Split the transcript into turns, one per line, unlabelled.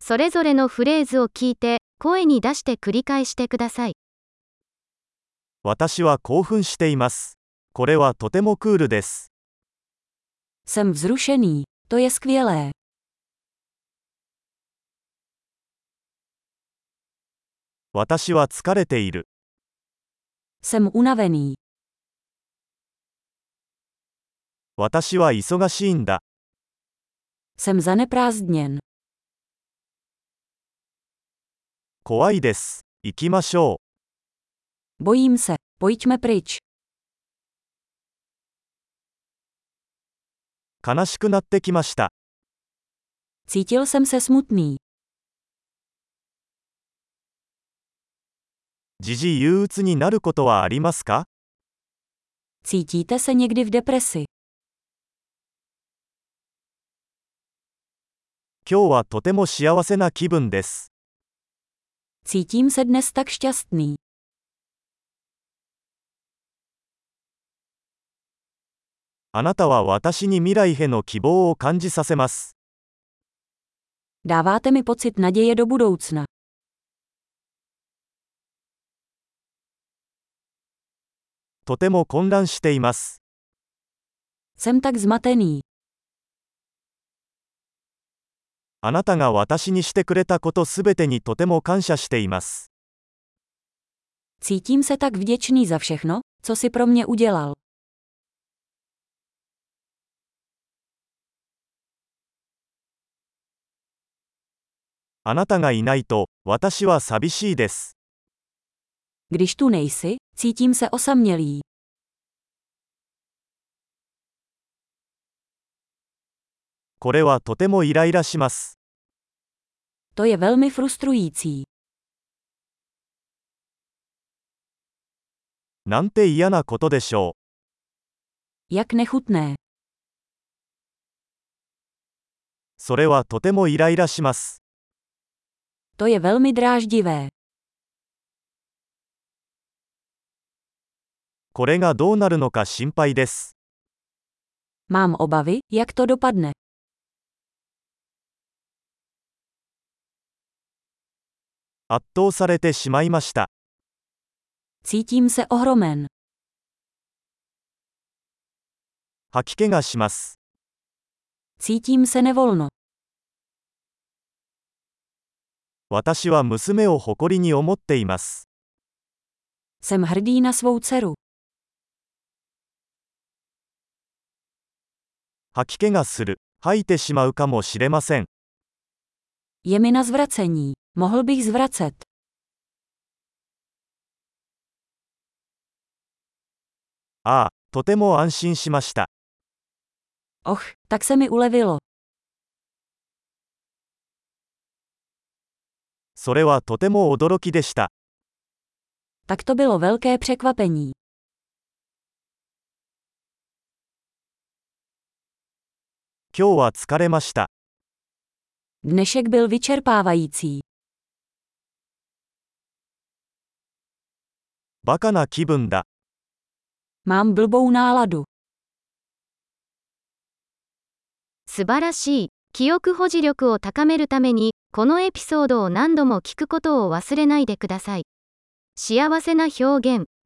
それぞれのフレーズを聞いて、声に出して繰り返してください。
私は興奮しています。これはとてもクールです。
Jsem vzrušený, to je skvělé.
私は疲れている。
Jsem unavený.
私は忙しいんだ。
Jsem zaneprázdněn.
怖いです。行きましょう。
Bojím se, pojďme pryč.
悲しくなってきました。
Cítil jsem se smutný.
時々憂鬱になることはありますか
Cítíte se někdy v depresi?
今日はとても幸せな気分です。
Cítím se dnes tak šťastný.
あなたは私に未来への希望を感じさせます。
Dáváte mi pocit naděje do budoucna.
とても混乱しています。
Jsem tak zmatený.
あなたが私にしてくれたことすべてにとても感謝しています。
Cítím se tak vděčný za všechno, co si pro mě udělal.
あなたがいないと、私は寂しいです。
Když tu nejsi, cítím se osamělý.
これはとてもイライラします。
To je velmi frustrující.
なんて嫌なことでしょう。
Jak nechutné.
それはとてもイライラします。
To je velmi dráždivé.
これがどうなるのか心配です。
Mám obavy, jak to dopadne.
圧倒されてしまいました。
Cítím se ohromen.
吐き気がします。
Cítím se nevolno.
私は娘を誇りに思っています。
Jsem hrdý na svou dceru.
吐き気がする。吐いてしまうかもしれません。
Je mi na zvracení. Mohl bych zvracet.
ああ、とても安心しました。
Och, tak se mi ulevilo.
それはとても驚きでした。
Tak to bylo velké překvapení.
今日は疲れました。
Dnešek byl vyčerpávající.
バカな気分だ。
Mám blbou náladu.
素晴らしい。記憶保持力を高めるために、このエピソードを何度も聞くことを忘れないでください。幸せな表現、